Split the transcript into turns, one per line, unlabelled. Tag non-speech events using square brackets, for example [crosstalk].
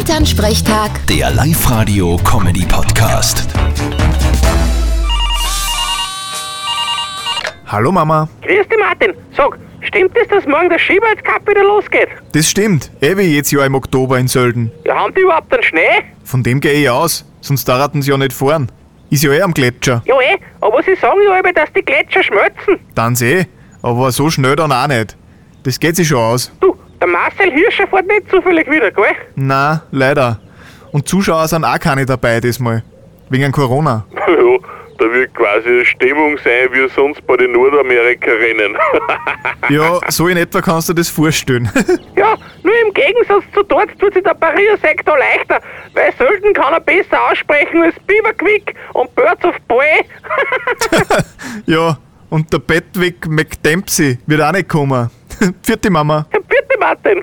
Elternsprechtag,
Der Live-Radio-Comedy-Podcast.
Hallo Mama.
Grüß dich, Martin. Sag, stimmt es, dass morgen der Skiweltcup wieder losgeht?
Das stimmt. Eh wie jedes Jahr im Oktober in Sölden.
Ja, haben die überhaupt einen Schnee?
Von dem gehe ich eh aus, sonst darraten sie ja nicht fahren. Ist ja eh am Gletscher.
Ja, eh. Aber sie sagen ja immer, dass die Gletscher schmelzen.
Dann eh, aber so schnell dann auch nicht. Das geht sich schon aus.
Du, der Marcel Hirscher fährt nicht zufällig wieder, gell?
Na, leider. Und Zuschauer sind auch keine dabei diesmal. Wegen Corona.
Ja, da wird quasi eine Stimmung sein wie sonst bei den Nordamerikanerinnen.
Ja, so in etwa kannst du das vorstellen. [laughs]
Ja, nur im Gegensatz zu dort tut sich der Parier-Sektor leichter, weil Sölden kann er besser aussprechen als Biberquick und Birds of Prey. [laughs]
ja, und der Bettweg McDempsey wird auch nicht kommen. [laughs] Vierte Mama.
Bitte, Martin.